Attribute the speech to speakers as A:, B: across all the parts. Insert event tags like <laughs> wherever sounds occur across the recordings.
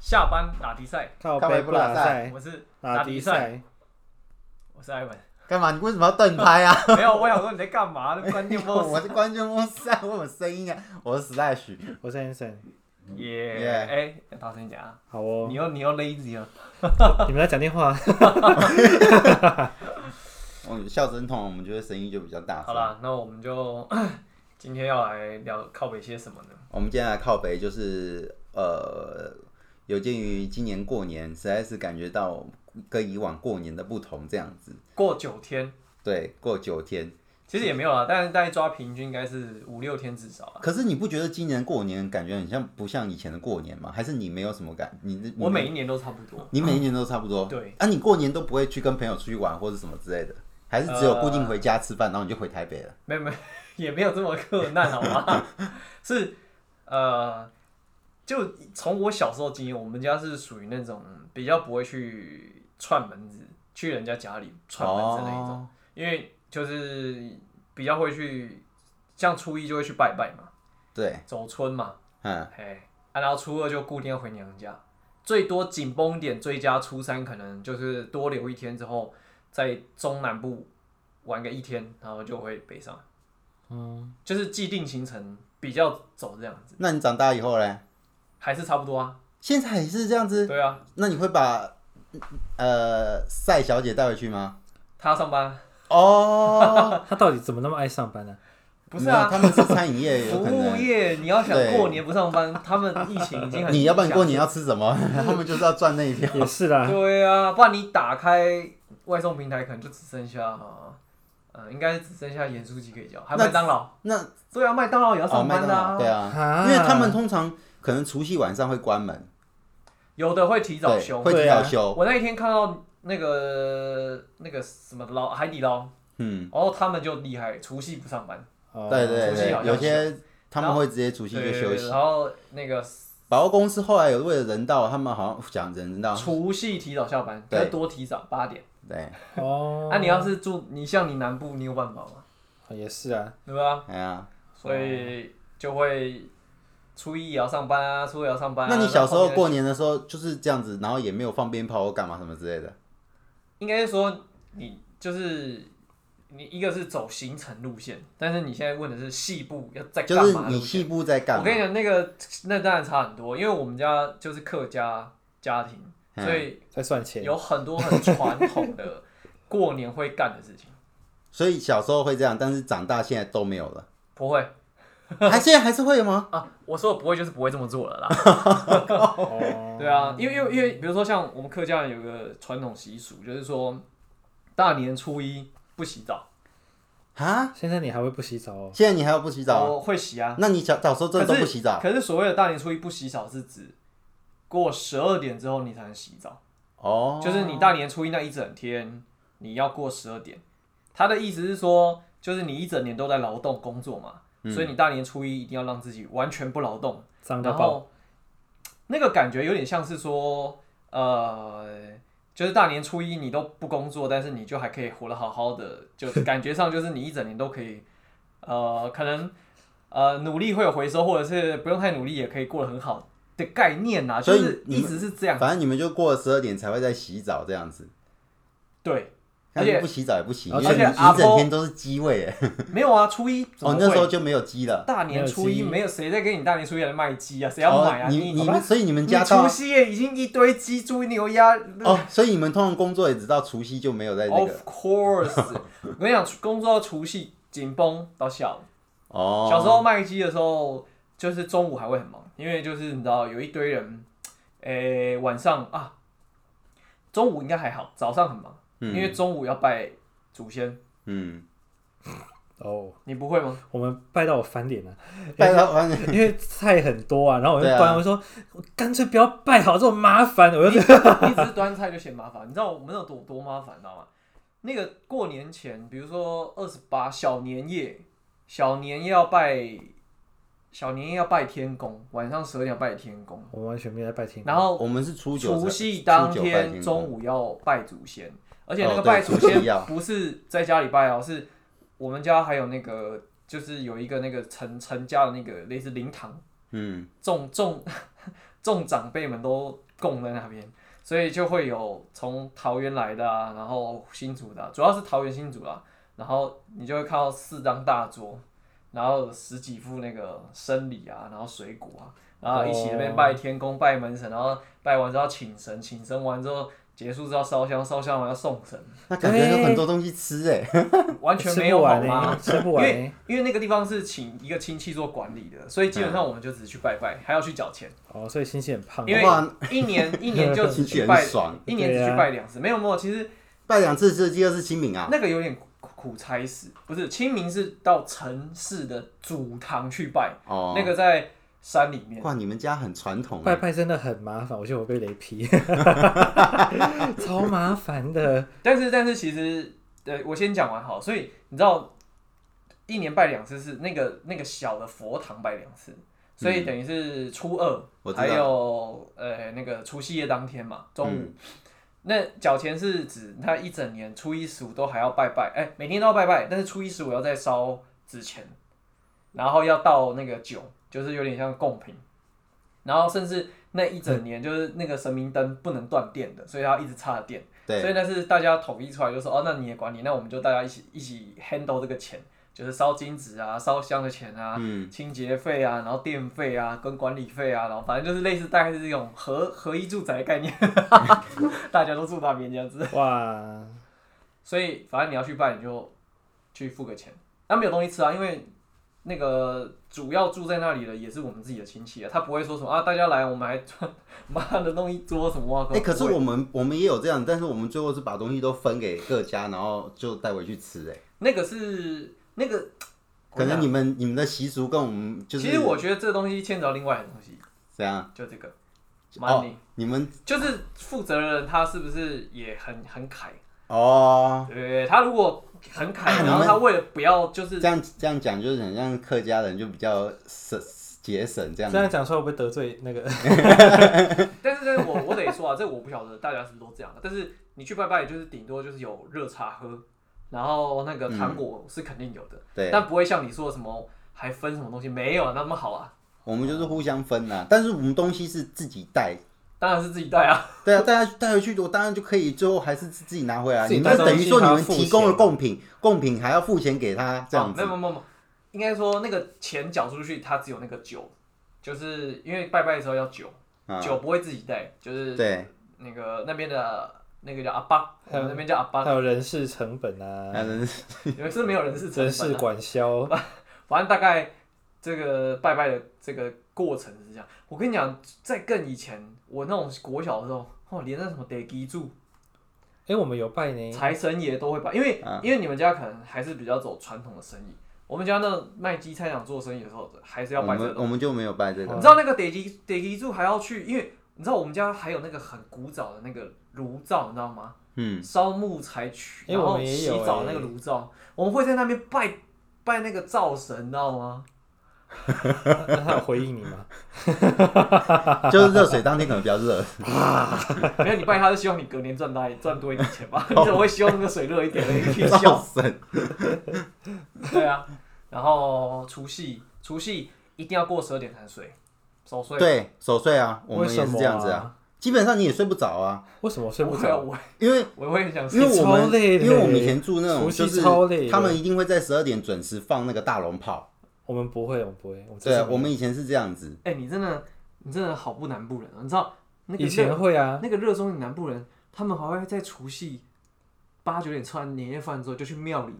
A: 下班打迪赛，
B: 靠
C: 看
B: 背
C: 完不拉
B: 赛，
A: 我是
B: 哎打
A: 迪
B: 迪赛，
A: 我是艾文。 <laughs>
C: 干嘛？你为什么要顿拍 <laughs> 啊？
A: 没有，我想说你在干嘛？那
C: <laughs>
A: 关键
C: 我
A: boss
C: 是关键公司啊，我有声音啊，我是 Slash。
B: 我是 Anson。
A: 耶！
C: Yeah
A: 哎，要大声一点啊！
B: 好哦
A: 你，又你又 lazy 了，
B: 你们在讲
A: <laughs>
B: 电话，
C: 嗯，笑声筒，我们觉得声音就比较大。
A: 好，啦，那我们就 <clears throat> 今天要来聊靠北些什么呢？
C: 我们今天来靠北就是呃，有鉴于今年过年实在是感觉到跟以往过年的不同，这样子。
A: 过九天，
C: 对，过九天，
A: 其实也没有啦，但是大概抓平均应该是五六天至少啦。
C: 可是你不觉得今年过年感觉很像不像以前的过年吗？还是你没有什么感？你你
A: 我每一年都差不多，
C: 你每一年都差不多。
A: 对。
C: 啊，你过年都不会去跟朋友出去玩或者什么之类的，还是只有固定回家吃饭，然后你就回台北了？
A: 没有没有， <laughs> 也没有这么困难好吗？ <laughs> 是呃，就从我小时候经验，我们家是属于那种比较不会去串门子，去人家家里串门子那一种，
C: 哦
A: 因为就是比较会去，像初一就会去拜拜嘛，
C: 对，
A: 走村嘛，
C: 嗯，
A: 嘿，啊、然后初二就固定要回娘家，最多紧绷点追加初三，可能就是多留一天之后，在中南部玩个一天，然后就会北上。嗯，就是既定行程比较走这样子，
C: 那你长大以后嘞？
A: 还是差不多啊。
C: 现在也是这样子，
A: 对啊，
C: 那你会把呃赛小姐带回去吗？
A: 他要上班，
C: 哦，
B: 他到底怎么那么爱上班呢？
A: 不是啊
C: 没有他们是餐饮业，有
A: 服
C: 可
A: 务
C: 能。
A: 业你要想
C: 对
A: 过年不上班，他们疫情已经很
C: 你要不然
A: 影响
C: 过年要吃什么？ <laughs> 他们就是要赚那
A: <laughs>
C: 一票。
B: 也是啦，
A: 对啊，不然你打开外送平台，可能就只剩下，呃，应该只剩下盐酥鸡可以叫，还有
C: 那
A: 麦当劳。
C: 那
A: 对啊，麦当劳也要
C: 哦，
A: 上
C: 麦
A: 班
C: 当
A: 的
C: 劳，
A: 啊。
C: 对啊，
B: 啊
C: 因为他们通常可能除夕晚上会关门，
A: 有的会提早
C: 对，
A: 休。
C: 会提
B: 对啊
C: 早休。
A: 我那一天看到那个那个什么捞海底捞，
C: 嗯，
A: 然后他们就厉害，除夕不上班，
B: 哦
C: 对对
A: 除夕好像
C: 对，有些他
A: 然
C: 们
A: 后
C: 会直接除夕就休
A: 对
C: 息。
A: 然后那个
C: 百货公司后来有为了人道，他们好像讲人道，
A: 除夕提早下班，
C: 对
A: 要多提早八点。啊
C: 对，
B: 哦，
A: 那你要是住你像你南部，你有办法吗？
B: 也是啊，
A: 对吧？
C: 哎呀，
A: 所以就会初一也要上班啊，初二也要上班啊。
C: 那你小时候
A: 然后后面
C: 过年的时候就是这样子，然后也没有放鞭炮或干嘛什么之类的。
A: 应该是说你就是你一个是走行程路线，但是你现在问的是细部要在干
C: 就是
A: 嘛路
C: 你
A: 线。
C: 细部在干
A: 我跟你
C: 嘛？
A: 讲，那个那当然差很多，因为我们家就是客家家庭，
C: 嗯
A: 所以
B: 在算钱，
A: 有很多很传统
C: <laughs>
A: 的过年会干的事情。
C: 所以小时候会这样，但是长大现在都没有
A: <laughs>
C: 了。
A: 不会
C: 还现在还是会有吗？
A: 啊，我说的不会就是不会这么做了啦。
B: 哦
A: 对啊，因为因为因为比如说像我们客家人有个传统习俗，就是说大年初一不洗澡，
C: 啊，
B: 现在你还会不洗澡哦？
C: 现在你还要不洗澡？
A: 我会洗啊。
C: 那你小小时候真的都不洗澡？啊
A: 可是所谓的大年初一不洗澡，是指过十二点之后你才能洗澡，
C: 哦，
A: 就是你大年初一那一整天你要过十二点。他的意思是说，就是你一整年都在劳动工作嘛，
C: 嗯
A: 所以你大年初一一定要让自己完全不劳动，
B: 脏到
A: 然
B: 爆，
A: 后那个感觉有点像是说，呃。就是大年初一你都不工作，但是你就还可以活得好好的，
C: <laughs>
A: 就感觉上就是你一整年都可以，呃，可能呃努力会有回收，或者是不用太努力也可以过得很好的概念啊，就
C: 所以
A: 是
C: 你
A: 一直是这样。
C: 反正你们就过了十二点才会再洗澡这样子，
A: 对，而
C: 但
A: 且
C: 是不洗澡也不行，因
B: 而
C: 为
B: 且
C: 你
A: 阿
C: 一整天都是鸡味哎。
A: 没有啊，初一怎么
C: 哦，
A: 会
C: 那时候就没有鸡了。
A: 大年初一
B: 没有鸡
A: 没有谁在给你大年初一来卖鸡啊，谁要买啊？
C: 哦你
A: 你
C: 你们所以你们家
A: 除
C: 到
A: 夕夜已经一堆鸡、猪、牛、鸭。
C: 哦，所以你们通常工作也只到除夕就没有在那
A: Of
C: 个
A: course，我 <laughs> 跟你讲，工作到除夕紧绷到下午。
C: 哦。
A: 小时候卖鸡的时候，就是中午还会很忙，因为就是你知道有一堆人，诶、晚上啊，中午应该还好，早上很忙，因为中午要拜祖先。
C: 嗯，
B: 哦，
A: 你不会吗？
B: 我们拜到我翻脸了，
C: 拜到反正
B: 因为菜很多啊，然后我就
C: 对啊
B: 端，我说我干脆不要拜好，这种麻烦，我就
A: 一直端菜就嫌麻烦，你知道我们那有多多麻烦，你知道吗？那个过年前，比如说二十八小年夜，小年夜要拜，小年夜要拜天公，晚上十二点要拜天公，
B: 我完全没有在拜天公，
A: 然后
C: 我们是哦初九才，
A: 除夕当
C: 初九拜
A: 天
C: 天
A: 中
C: 公
A: 午要拜祖先，而且
C: 哦
A: 那个
C: 对
A: 拜祖
C: 除
A: 先
C: 夕要
A: 不是在家里拜哦，是我们家还有那个就是有一个那个陈陈家的那个类似灵堂， <laughs>
C: 嗯，
A: 众众众长辈们都供在那边，所以就会有从桃园来的啊，然后新竹的啊、主要是桃园新竹啦，然后你就会看到四张大桌，然后有十几副那个生理啊，然后水果啊，然后一起那
B: 哦
A: 边拜天公、拜门神，然后拜完之后请神，请神完之后结束之后烧香，烧香完要送神，
C: 那感觉有很多东西吃哎、
A: 完全没有
B: 吃不
A: 好
B: 完欸
A: 吗？
B: 呢，吃不
A: 因
B: 完
A: 为
B: 欸。
A: 因为那个地方是请一个亲戚做管理的，所以基本上我们就只是去拜拜，还要去缴钱，
B: 哦，所以星星很胖，
A: 因为
C: 哇
A: 一年
C: <laughs>
A: 一年就只
C: 亲戚
A: 去
C: 很
A: 拜，
C: 爽啊
A: 一年只去拜两次，没有没有，其实
C: 拜两次这第二次清明啊，
A: 那个有点苦苦差事，不是清明是到城市的主堂去拜，
C: 哦，
A: 那个在山里面，
C: 哇，你们家很传统
B: 拜
C: 哎，
B: 拜真的很麻烦，我觉得我被雷
C: <laughs>
B: 劈，超麻烦的。
A: 但是但是其实呃，我先讲完好，所以你知道一年拜两次是那个那个小的佛堂拜两次。所以等于是初二，
C: 我知道
A: 还有呃那个除夕夜当天嘛，中午
C: 嗯
A: 那缴钱是指他一整年初一十五都还要拜拜，哎、每天都要拜拜，但是初一十五要再烧纸钱，然后要倒那个酒，就是有点像贡品，然后甚至那一整年就是那个神明灯不能断电的，所以他一直插着电，所
C: 对，
A: 以那是大家统一出来就说哦，那你也管理，那我们就大家一起一起 handle 这个钱，就是烧金纸啊、烧香的钱啊、
C: 嗯，
A: 清洁费啊，然后电费啊，跟管理费啊，然后反正就是类似大概是这种合合一住宅的概念， <laughs> 大家都住那边这样子。
B: 哇，
A: 所以反正你要去拜，你就去付个钱。那、没有东西吃啊，因为那个主要住在那里的也是我们自己的亲戚啊，他不会说什么啊，大家来我们还 <laughs> 妈的弄一桌什么啊。
C: 哎、可是
A: 不会
C: 我们我们也有这样，但是我们最后是把东西都分给各家，然后就带回去吃哎、
A: 那个是那个，
C: 可能你们你们的习俗跟我们就是
A: 其实我觉得这个东西牵扯到另外的东西，
C: 怎样
A: 就这个 money，、
C: 哦，你们
A: 就是负责人他是不是也很很凯？
C: 哦，
A: 对，他如果很凯，
C: 啊你们
A: 然后他为了不要就是
C: 这样这样讲就是很像客家人就比较省节省这样
B: 这样讲出来会不会得罪那个？
A: 但是，但是我我得说啊，这我不晓得大家是不是都这样的。但是你去拜拜，就是顶多就是有热茶喝，然后那个糖果是肯定有的，
C: 嗯对。
A: 但不会像你说的什么还分什么东西，没有啊，那么好啊，
C: 我们就是互相分啦、但是我们东西是自己带，
A: 当然是自己带啊。
C: 对啊，大家带回去，我当然就可以，最后还是自己拿回来。
B: 自
C: 你
B: 己
C: 们
B: 带
C: 等于说
B: 东西
C: 你
B: 还要
C: 们
B: 付
C: 提供了
B: 钱哦
C: 贡品，贡品还要付钱给他，这样
A: 啊 <laughs> 没
C: 子。
A: 有没有没有，没有应该说那个钱缴出去，它只有那个酒，就是因为拜拜的时候要酒，
C: 啊
A: 酒不会自己带，就是
C: 对，
A: 那个那边的那个叫阿巴，我们那边叫阿巴，
B: 还有人事成本啊，
C: 反正是
A: 你们是没有人
C: 啊
A: 是成
B: 人
A: 本
B: 事
C: <laughs>
A: 的。
B: 管销，
A: 反正大概这个拜拜的这个过程是这样。我跟你讲，在更以前，我那种国小的时候，哦，连那什么得基柱、
B: 哎，我们有拜
C: <laughs>
B: 呢，
A: 财神爷都会拜，因为、
C: 啊
A: 因为你们家可能还是比较走传统的生意。我们家那种卖鸡菜场做生意的时候，还是要
C: 我
A: 拜这
C: 们
A: 个。
C: 我们就没有拜这个
B: 哦
A: 你知道那个得基得基柱还要去，因为你知道我们家还有那个很古早的那个炉灶，你知道吗？
B: <laughs>
C: 嗯，
A: 烧木材取，
B: 诶
A: 然
B: 哎我
A: 后
B: 们也
A: 洗
B: 有
A: 澡
B: 诶
A: 那个炉灶，我们会在那边拜拜那个灶神，你知道吗？
B: 那他有回应你吗？
C: 就是热水当天可能比
B: <laughs>
C: 较热，
A: 没有，你拜他是希望你隔年赚大赚多一点钱
B: <laughs>
A: 吧？你怎么会希望那个水热一点呢？你可以
C: 造
A: 笑。
C: 神。
A: 对啊，然后除夕，除夕一定要过十二点才睡，守岁。
C: 对，守岁啊，我们
B: 为
C: 也
B: 什
C: 是
B: 么
C: 这样子啊
B: 啊。
C: 基本上你也睡不着啊，
B: 为什么睡不
A: 我会啊
B: 着？
A: 我
C: 因为
A: 我会很想
C: 因
A: 睡。
C: 为我
B: 超
C: 们
B: 累的
C: 因为我们以前住那种
B: 除夕
C: 就是
B: 超累的
C: 他们一定会在十二点准时放那个大龙炮。
B: 我们不会，我们不会，我们真
C: 对
B: 是
C: 啊，我们以前是这样子，
A: 哎、你真的，你真的好不南部人啊！你知道那个
B: 以前
A: 热
B: 会啊，
A: 那个热衷于南部人，他们还会在除夕八九点吃完年夜饭之后就去庙里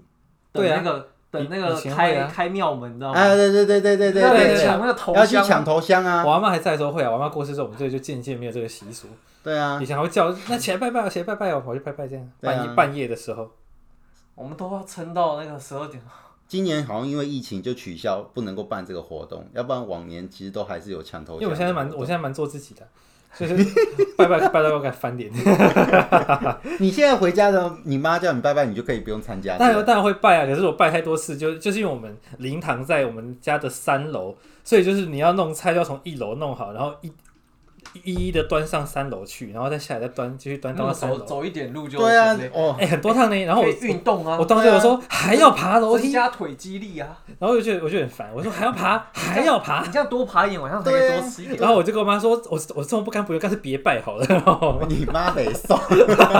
A: 等
B: 对啊
A: 那个、等那
B: 以
A: 个
B: 以前
A: 开、
B: 会啊
A: 开庙门，你知道吗？
C: 哎，对对对对对对
A: 要
C: 对
A: 去
C: 对，
A: 抢那个头
C: 要去
A: 香，
C: 抢头香啊，
B: 我阿妈还在的时候会啊，我阿妈过世之后，我们这里就渐渐没有这个习俗。
C: 对啊，
B: 以前还会叫那起来拜拜啊，起来拜拜啊，我跑去拜拜这样。
C: 对啊
B: 半夜半夜的时候，
A: 我们都要撑到那个十二点。
C: 今年好像因为疫情就取消，不能够办这个活动，要不然往年其实都还是有抢头
B: 因
C: 奖。
B: 为我现在蛮我现在蛮做自己的，所以是拜
C: <laughs>
B: 拜拜到我敢翻脸。
C: 啊你现在回家呢，你妈叫你拜拜，你就可以不用参加。
B: 当然当然会拜啊，可是我拜太多次，就就是因为我们灵堂在我们家的三楼，所以就是你要弄菜就要从一楼弄好，然后一一一的端上三楼去，然后再下来再端继续端
A: 那
B: 到
A: 么
B: 三
A: 走
B: 楼，
A: 走一点路就
C: 对啊
A: 累，
C: 哦， <laughs>
B: 哎、很多趟呢。然后
A: 可
B: 我
A: 以运动啊，
B: 我当时
C: 对啊
B: 我说还要爬楼
A: 增
B: 梯，
A: 加腿肌力啊，
B: 然后我就觉得我就很烦，我说还要爬还要爬，
A: 你这样多爬一点，晚上才可以
C: 啊 <laughs> 对啊
A: 多吃一点。
C: <laughs>
B: 然后我就跟我妈说，我我这种不甘不愿，干脆别拜好了。然后
C: 你妈
B: <laughs>
C: 得送，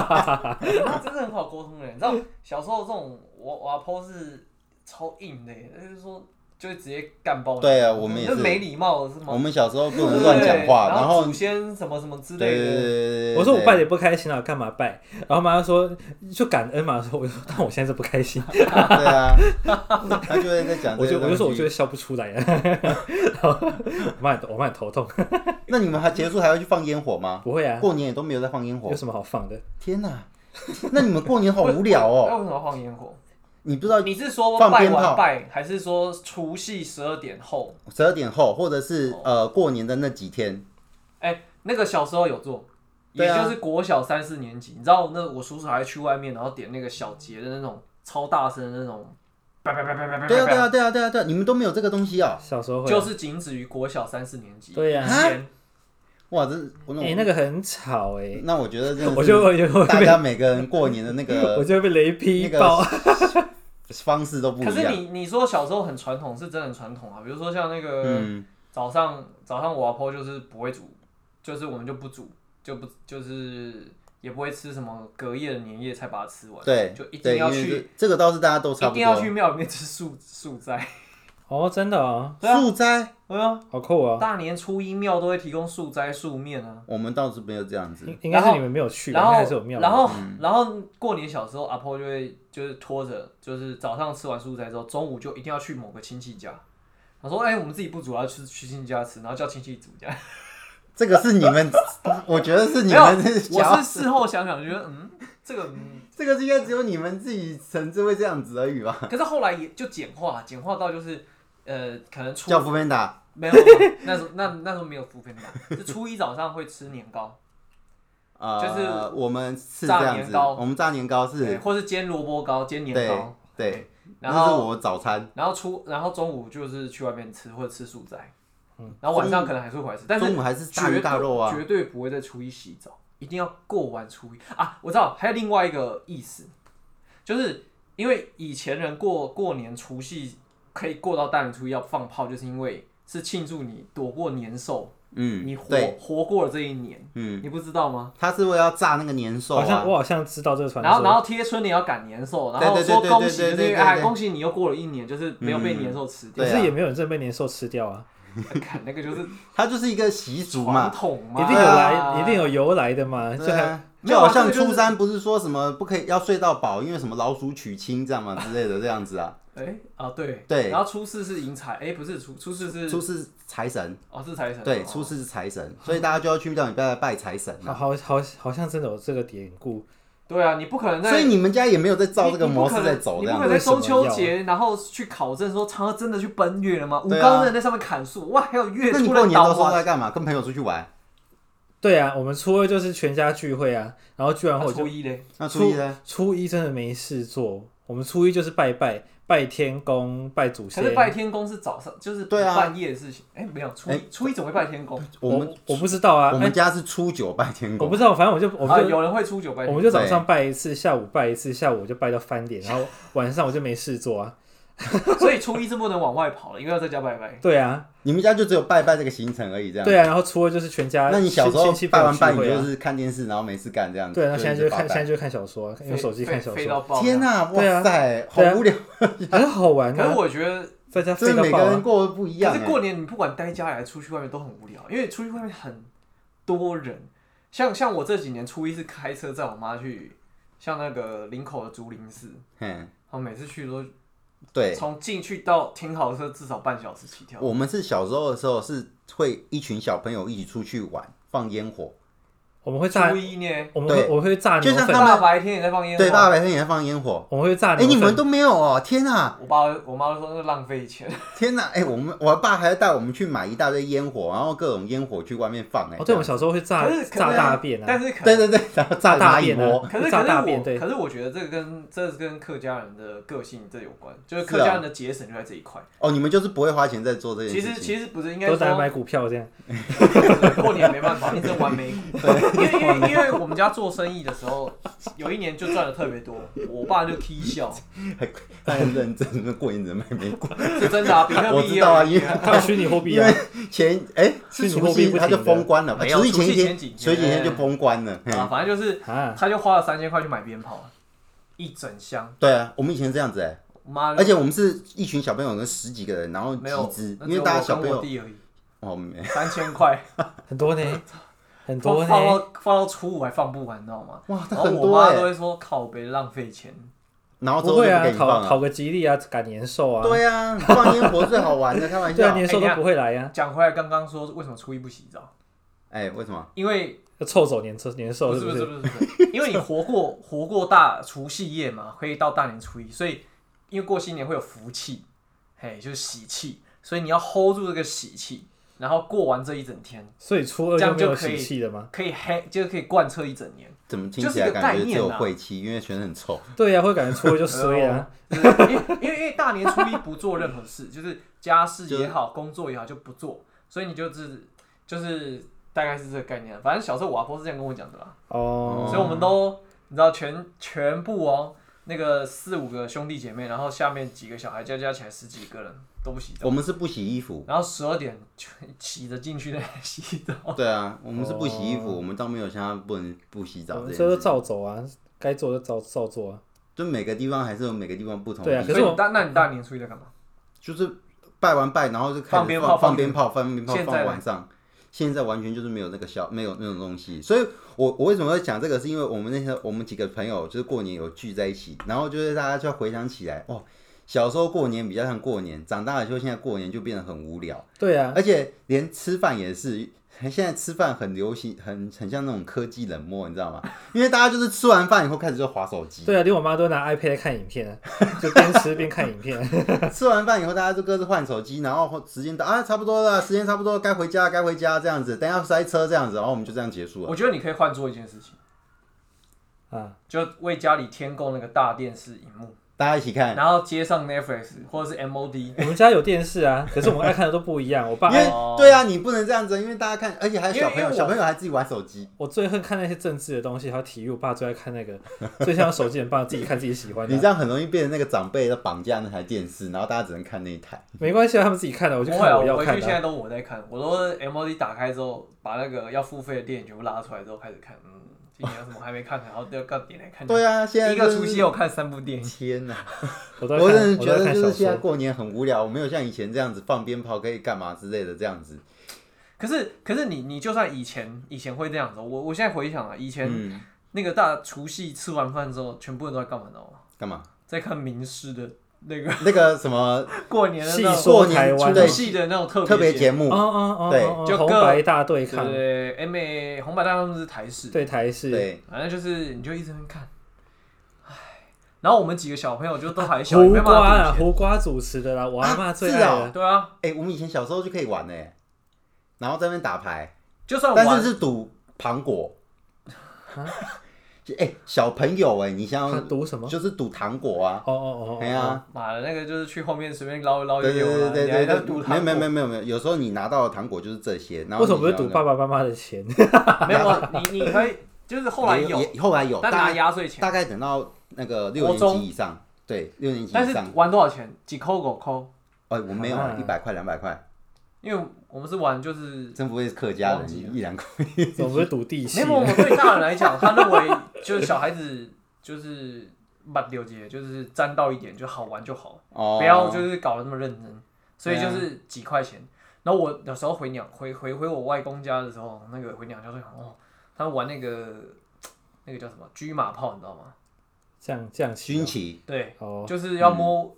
A: 他真的很好沟通的，你知道小时候这种我我阿婆是超硬的耶，就是说就会直接干爆你。
C: 对啊我们也是
A: 那没礼貌的是吗？
C: 我们小时候不能乱讲话，
A: 对然
C: 后
A: 祖先什么什么之
C: 对
A: 类
C: 对对
A: 的，
C: 对对，
B: 我说我
C: 对
B: 拜也不开心啊，干嘛拜？然后妈妈说就感恩嘛，说我就说但我现在是不开心，
C: 对啊，他就会在讲
B: 我
C: 这
B: 就
C: 个
B: 我就说我
C: 东
B: 就是
C: 西。
B: 笑不出来啊。 <laughs> 然后我妈也我妈也头痛，
C: 那你们还结束还要去放烟
B: <laughs>
C: 火吗？
B: 不会啊，
C: 过年也都没有在放烟火
B: 有，什么好放的？
C: 天哪！那你们过年好无聊哦，
A: 那为什么要放烟火？
C: 你不知道
B: <laughs>
A: 你是说
C: 放
A: 拜
C: 鞭炮
A: 完拜，还是说除夕十二点后？
C: 十二点后，或者是呃过年的那几天，
A: 哎，那个小时候有做。
C: 对
A: 也
C: 啊
A: 就是国小三四年级，你知道那我叔叔还去外面，然后点那个小节的那种超大声的那种，叭叭叭叭叭叭叭
C: 对啊对啊对啊对啊对啊，你们都没有这个东西啊！
B: 小时候会啊
A: 就是仅止于国小三四年级。
B: 对呀
A: 以前
C: 哇，这我
B: 哎、那个很吵哎、
C: 那我觉得真的是
B: 我就我就会
C: 大
B: 被
C: 家每个人过年的那
B: 我
C: 个
B: 就会被雷
C: 那
B: 劈爆。
C: 个方式都不
A: 可
C: 一
A: 是
C: 样。
A: 你你说小时候很传统，是真的很传统啊。比如说像那个、
C: 嗯，
A: 早上早上我阿婆就是不会煮，就是我们就不煮，就不就是也不会吃什么隔夜的年夜菜把它吃完，
C: 对，
A: 就一定
C: 对
A: 要
C: 因为
A: 去
C: 这这个倒是大家都差
A: 一
C: 不
A: 定要
C: 多。
A: 去庙里面吃素素斋。
B: 哦，真的哦，
A: 对啊
C: 素斋
A: 对啊，
B: 好酷哦。
A: 大年初一庙都会提供素斋素面啊。
C: 我们倒是没有这样子，
B: 应应该
A: 然
B: 是
A: 后
B: 你们没有去，应
A: 然
B: 该还是有
A: 后，
B: 庙的。
A: 然后，
C: 嗯
A: 然后过年小时候，阿婆就会就是拖着，就是早上吃完素斋之后，中午就一定要去某个亲戚家。他说：“哎、我们自己不煮，要去去亲戚家吃，然后叫亲戚煮这样。”
C: 这个是你们，我觉得 <laughs> 是你
A: 没有，
C: 们是
A: 我
C: 想
A: 是
C: 要，
A: 事后想想觉得，嗯，这个，嗯
C: 这个是应该只有你们自己甚至会这样子而已吧？
A: <laughs> 可是后来也就简化，简化到就是，呃，可能初
C: 叫福面打，
A: 没有， <laughs> 没有那时候那那时候没有扶
C: <laughs>
A: 贫吧，是初一早上会吃年糕，
C: 呃，
A: 就是
C: 我们是这
A: 炸
C: 样
A: 年
C: 子，
A: 糕
C: 我们炸年糕
A: 对
C: 是，
A: 或是煎萝卜糕、煎年
C: 对
A: 糕，
C: 对，
A: 然
C: 那是
A: 后
C: 我早餐，
A: 然后初然后中午就是去外面吃或者吃素斋，
C: 嗯
A: 然后晚上可能还是会回来吃，但是
C: 中午还是
A: 绝
C: 大鱼大
A: 对
C: 肉啊，
A: 绝对不会在初一洗澡，一定要过完初一啊！我知道，还有另外一个意思，就是因为以前人过过年除夕可以过到大年初一要放炮，就是因为是庆祝你躲过年兽，
C: 嗯，
A: 你活
C: 对，
A: 活过了这一年，
C: 嗯，
A: 你不知道吗？
C: 他是为了要炸那个年兽
B: 好像
C: 啊，
B: 我好像知道这个传
A: 然后，然
B: 说。
A: 后贴春联要赶年兽，然
C: 对
A: 后
C: 对对
A: 说
C: 对
A: 恭
C: 对
A: 喜，
C: 对
A: 就是
C: 对
A: 因为
C: 对
A: 哎，
C: 对
A: 恭喜你又过了一年，就是没有被年兽吃掉
B: 可
C: 对。啊
B: 是也没有人真的被年兽吃掉啊，
A: <laughs> 看那个
C: <laughs>
A: 就是
C: 他就是一个习俗
A: 传
C: 嘛，
A: 统嘛，
B: 一定有
C: 对啊
B: 来，一定有由来的嘛。
C: 对
B: 就还
C: 啊，
A: 没
C: 就
A: 有啊
C: 好像
A: 这个就是
C: 初三不是说什么不可以要睡到饱，因为什么老鼠娶亲这样嘛之类的这样子啊，
A: 哎、啊对
C: 对
A: 然后初四是迎财，哎、不是初初四 <laughs> 是
C: 初四财神，
A: 哦是财神，
C: 对，
A: 哦
C: 初四是财神，所以大家就要去庙里拜拜财神啊
B: 好好好好像真的有这个典故，
A: 对啊，你不可能在，
C: 所以你们家也没有在照
A: 你
C: 这个模式在走
A: 你
C: 这
A: 不
C: 样
A: 可能你不可能
C: 子，
A: 在中秋节，然后去考证说嫦娥真的去奔月了吗？武
C: 对啊
A: 高真的在上面砍树，哇，还有月
C: 那你
A: 出
C: 过
A: 来啊
C: 年
A: 刀
C: 的时候
A: 花。
C: 在干嘛？跟朋友出去玩？
B: 对啊，我们初二就是全家聚会啊，然后聚完
A: 那
B: 会我就
A: 初一嘞，
C: 那初一呢？
B: 初一真的没事做，我们初一就是拜拜，拜天公，拜祖
A: 可
B: 先
A: 是。拜天公是早上，就是
C: 对啊
A: 半夜的事情。哎，没有初一，初一怎么会拜天公？
C: 我们
B: 我不知道啊，
C: 我
B: 哎哦
C: 们家是初九拜天
B: 我
C: 公，
B: 不知道，反正我就我
A: 啊，
B: 们就
A: 有人会初九拜
B: 我
A: 天
B: 们
A: 公。
B: 就早上拜一次，下午拜一次，下午我就拜到翻脸，然后晚上我就没事做啊。
A: 所以初一是不能往外跑了，因为要在家拜拜。
B: 对啊，
C: 你们家就只有拜拜这个行程而已，这样。
B: 对啊，然后初二就是全家
C: 那你小时候
B: 亲戚
C: 拜完拜，
B: 朋
C: 你
B: 友聚会啊
C: 就是看电视，然后没事干这样子。
B: 对，然后啊现在就
C: 一直
B: 看
C: 拜拜
B: 现在就看小说啊，用手机看小
A: 飞飞
B: 说，
A: 到爆。
C: 天
A: 哪！
C: 哪，
B: 对啊
C: 哇塞，好
B: 对啊
C: 无聊，
B: 很好玩
A: 可是
B: 啊，
A: 我觉得，
B: 在家飞
C: 真
B: 到
C: 的每个
B: 爆
C: 人
B: 啊。
C: 过得不一样
A: 可是
C: 哎。
A: 过年你不管待家里还是出去外面都很无聊，因为出去外面很多人。像像我这几年初一是开车载我妈去，像那个林口的竹林寺，
C: 嗯，
A: 我每次去都
C: 对，
A: 从进去到停好车至少半小时起跳。
C: 我们是小时候的时候是会一群小朋友一起出去玩，放烟火，
B: 我们会炸
A: 初，一呢，
B: 我们
C: 对
B: 会我会炸
C: 就
B: 牛
C: 像
B: 粪
C: 他，们
A: 大白天也在放烟
C: 对，
A: 火。
C: 大白天也放烟火。
B: 我们会炸
C: 哎，
B: 牛
C: 你们
B: 粪。
C: 都没有哦！天哪，
A: 我爸我妈都说那浪费钱，
C: 天哪！哎，我们我爸还带我们去买一大堆烟火，然后各种烟火去外面放。哎，
B: 哦，
C: 这
B: 对，
C: 样
B: 我们小时候会炸
A: 可是可
B: 炸
A: 是
B: 大便啊，
A: 但是可
C: 对对对， <laughs> 然后炸
B: 炸大
C: 蚂蚁
B: 便
C: 窝。
B: 啊，
A: 可是
B: 炸
A: 可
B: 大
A: 是
B: 便，对
A: 我，可是我觉得这个跟这是跟客家人的个性这有关，就是
C: 是
A: 客
C: 啊
A: 家人的节省就在这一块。
C: 哦，你们就是不会花钱在做这件
A: 其
C: 事
A: 实
C: 情。
A: 其实不是应该
B: 都
A: 说
B: 在买股
A: <laughs>
B: 票这样。
A: 过年没办
C: <laughs>
A: 法，你只能玩美股。因为因为因为我们家做生意的时候，有一年就赚的特别多，我爸就 k
C: <laughs>
A: 笑，
C: 他很认真，那过年怎么卖美
A: <laughs>
C: 股？
A: 是真的啊，比特
C: 我
A: 币
C: 知
A: 也
C: 道啊，
A: 有
C: 因为
B: 还有虚拟货币啊，
C: 前哎
B: 所以
C: 是
B: 你
C: 除
B: 货币
C: 夕
B: 不
C: 他
B: 停
C: 就
B: 的
C: 封关了，
A: 没有
C: 除夕
A: 除夕
C: 前一
A: 前
C: 天
A: 几天
C: 前几天就封关了。嘿
A: 啊，反正就是
B: <laughs> 啊，
A: 他就花了三千块去买鞭炮，一整箱，
C: 对啊，我们以前这样子哎，
A: 妈
C: 而
A: 的
C: 且我们是一群小朋友，有十几个人，然后
A: 嗯没有
C: 集资，，
A: 那只
C: 因为
A: 有
C: 大家
A: 我
C: 小朋
A: 跟我
C: 友
A: 弟而已，<laughs>
C: 哦没
A: 三千
C: <laughs>
A: 块，
B: 很
A: <laughs>
B: 多呢，很
A: 放
B: 多
A: 放
B: 呢。
A: 到放到初五还放不完，你知道吗？
C: 哇，
A: 然
C: 那
A: 后
C: 很
A: 我
C: 多
A: 妈都
C: 哎，
A: 会说靠别浪费钱，
C: 然后之
B: 不
C: 后
B: 会
C: 就不
B: 啊
C: 给，你
B: 考
C: 放了。
B: 考个吉利啊，赶年兽啊，
C: 对啊， <laughs> 你放烟火最好玩的，开玩
B: 对啊，
C: 笑。
B: 年兽都不会来啊，
A: 讲回来，刚刚说为什么初一不洗澡？
C: 哎，为什么？
A: 因为
B: 要臭走年兽年兽
A: 不
B: 是
A: 不哦是
B: 是？
A: 不是不是，因为你活过 <laughs> 活过大除夕夜嘛，可以到大年初一，所以因为过新年会有福气，嘿，就是喜气，所以你要 hold 住这个喜气，然后过完这一整天，
B: 所以初
A: 这
B: 二就
A: 样
B: 没有
A: 就可
B: 喜
A: 以
B: 气了吗？
A: 可以黑，就是可以贯彻一整年。
C: 怎么听
A: 就是
C: 起
A: 一
C: 来
A: 个
C: 感
A: 概
C: 觉只
A: 念
C: 有
A: 啊
C: 晦气，因为全身很臭。
B: 对啊，会感觉初二就衰
A: <laughs>
B: 啊。
A: 就是因为因为因为大年初一不做任何事，就是家事也好，工作也好就不做，所以你就是就是大概是这个概念。反正小时候我阿婆是这样跟我讲的啦。
B: 哦，
A: 所以我们都你知道全全部哦，那个四五个兄弟姐妹，然后下面几个小孩加加起来十几个人都不洗澡，
C: 我们是不洗衣服，
A: 然后十二点就洗着进去那 <laughs> 洗澡，
C: 对啊，我们是不洗衣服，
B: 哦
C: 我们倒没有像他不能不洗澡
B: 我
C: 这
B: 们
C: 件
B: 所以
C: 事
B: 就
C: 情。
B: 照走啊，该做就照照做啊。
C: 就每个地方还是有每个地方不同
B: 对啊
C: 的地
B: 可
C: 方。
B: 是
A: 所以你
B: 我
A: 大那你大年初一在干嘛？
C: 就是拜完拜，然后就开始
A: 放鞭炮
C: 放
A: 放
C: 鞭炮，放鞭炮
A: 现在
C: 放
A: 呢
C: 晚上。现在完全就是没有那个效，没有那种东西。所以我我为什么会讲这个，是因为我们那些我们几个朋友就是过年有聚在一起，然后就是大家就回想起来，哦，小时候过年比较像过年，长大了就现在过年就变得很无聊，
B: 对
A: 嗯
B: 啊，
C: 而且连吃饭也是。现在吃饭很流行，很很像那种科技冷漠，你知道吗？因为大家就是吃完饭以后开始就划手机，
B: 对啊，连我妈都拿 iPad 看影片啊，就边吃边看影片啊。
C: <laughs> 吃完饭以后，大家就各自换手机，然后时间到啊，差不多了，时间差不多，该回家，该回家这样子，等一下塞车这样子，然后哦我们就这样结束了。
A: 我觉得你可以换做一件事情，
B: 啊，
A: 就为家里添购那个大电视荧幕，
C: 大家一起
B: 哎
C: 看，
A: 然后接上 Netflix 或者是 MOD，
B: 我们家有电视啊，可是我们爱看的都不一样。我爸
C: 因
B: 爱，
C: 为对啊，你不能这样子，因为大家看，而且还有小朋
A: 因为因为
C: 友，
A: 我
C: 小朋友还自己玩手机，
B: 我最恨看那些政治的东西，还有体育。我爸最爱看那个，最像手机人爸自己看自己喜欢
C: 你
B: 的。啊
C: 这样很容易变成那个长辈的绑架那台电视，然后大家只能看那一台。
B: 没关系啊，他们自己看的，我就
A: 不会啊，
B: 看我
A: 我
B: 要
A: 回
B: 看
A: 去
B: 的
A: 现
B: 啊。
A: 在都我在看，我都 MOD 打开之后，把那个要付费的电影全部拉出来之后开始看，嗯，今年有什么还没看的，然后要要点来看。
C: 对啊，现在
A: 哎一个哦
C: 就是
A: 除夕我看三部电影，
C: 天哪！
B: 我都在
C: 我
B: 看，
C: 真的
B: 我
C: 觉
B: 都在
C: 得
B: 看
C: 就
B: 小
C: 是现在
B: 说。
C: 过年很无聊，我没有像以前这样子放鞭炮可以干嘛之类的这样子。
A: 可是可是你你就算以前以前会这样子，哦我我现在回想啊，以前
C: 嗯，
A: 那个大除夕吃完饭之后，全部人都在干嘛你知道吗？
C: 干嘛？
A: 在看名师的那
C: <laughs>
A: 个
C: 那个什么
A: 过年的那
B: 戏
A: 种
B: 说
C: 过
B: 台
C: 年
B: 湾啊
A: 除
C: 对
A: 夕的那种 <laughs> 特
C: 特别
A: 节
C: 节目
B: 哦，哦哦
C: 对
B: 哦，
A: 就
B: 红
A: 各
B: 白大对
A: 对对
B: 抗，
A: 对，M A 红白大道是台式，
B: 对台式。
C: 对，
A: 反正就是你就一直在看，唉，然后我们几个小朋友就都还小，也
B: 胡
A: 没办
B: 瓜
A: 法
B: 啊，
A: 赌钱，
B: 胡瓜主持的啦，我阿妈最
C: 啊
B: 爱
C: <laughs> 是啊
B: 的。
A: 对啊，
C: 哎、我们以前小时候就可以玩呢、然后在那边打牌，
A: 就算
C: 但
A: 玩啊
C: 是是赌糖果。就哎、小朋友哎、你想
B: 他
C: 想，
B: 读什么？
C: 就是赌糖果啊，
B: 哦哦哦，
C: 哎呀、
A: 妈的那个就是去后面随便捞一捞就
C: 对对
A: 哦有
C: 对
A: 了，
C: 对
A: 你还
C: 对
A: 在
C: 对
A: 赌
C: 没有
A: 糖
C: 没有没
A: 果
C: 有没有没有，有时候你拿到的糖果就是这些，然后
B: 为什么不是
C: 你就
B: 赌
C: 要
B: 爸爸妈妈的钱？ <laughs>
A: 没有啊，你你可以就是后来
C: 也
A: 有，
C: 也后来有，
A: 但
C: 大
A: 拿
C: 概
A: 压岁钱。
C: 大概等到那个六
A: 国
C: 年
A: 中
C: 级以上，对，六年级
A: 但
C: 以
A: 是
C: 上，
A: 玩多少钱？几扣狗扣？
C: 哎、我没有
B: 啊
C: 一百块两百块，
A: 因为我们是玩就是，
C: 真不会是客家
A: 忘
C: 人
A: 记了
C: 一两块，
B: 怎么不是赌啊地契
A: 没？有我们对大人来讲，他认为就是小孩子就是蛮溜节，就是沾到一点就好玩就好，
C: 哦，嗯
A: 不要就是搞得那么认真，所以就是几块钱。然后我有时候回娘回回回我外公家的时候，那个回娘家就想哦，他们玩那个那个叫什么车马炮，你知道吗？
B: 这样这样
C: 军
B: 亲
C: 旗，
A: 对，
B: 哦，
A: 就是要摸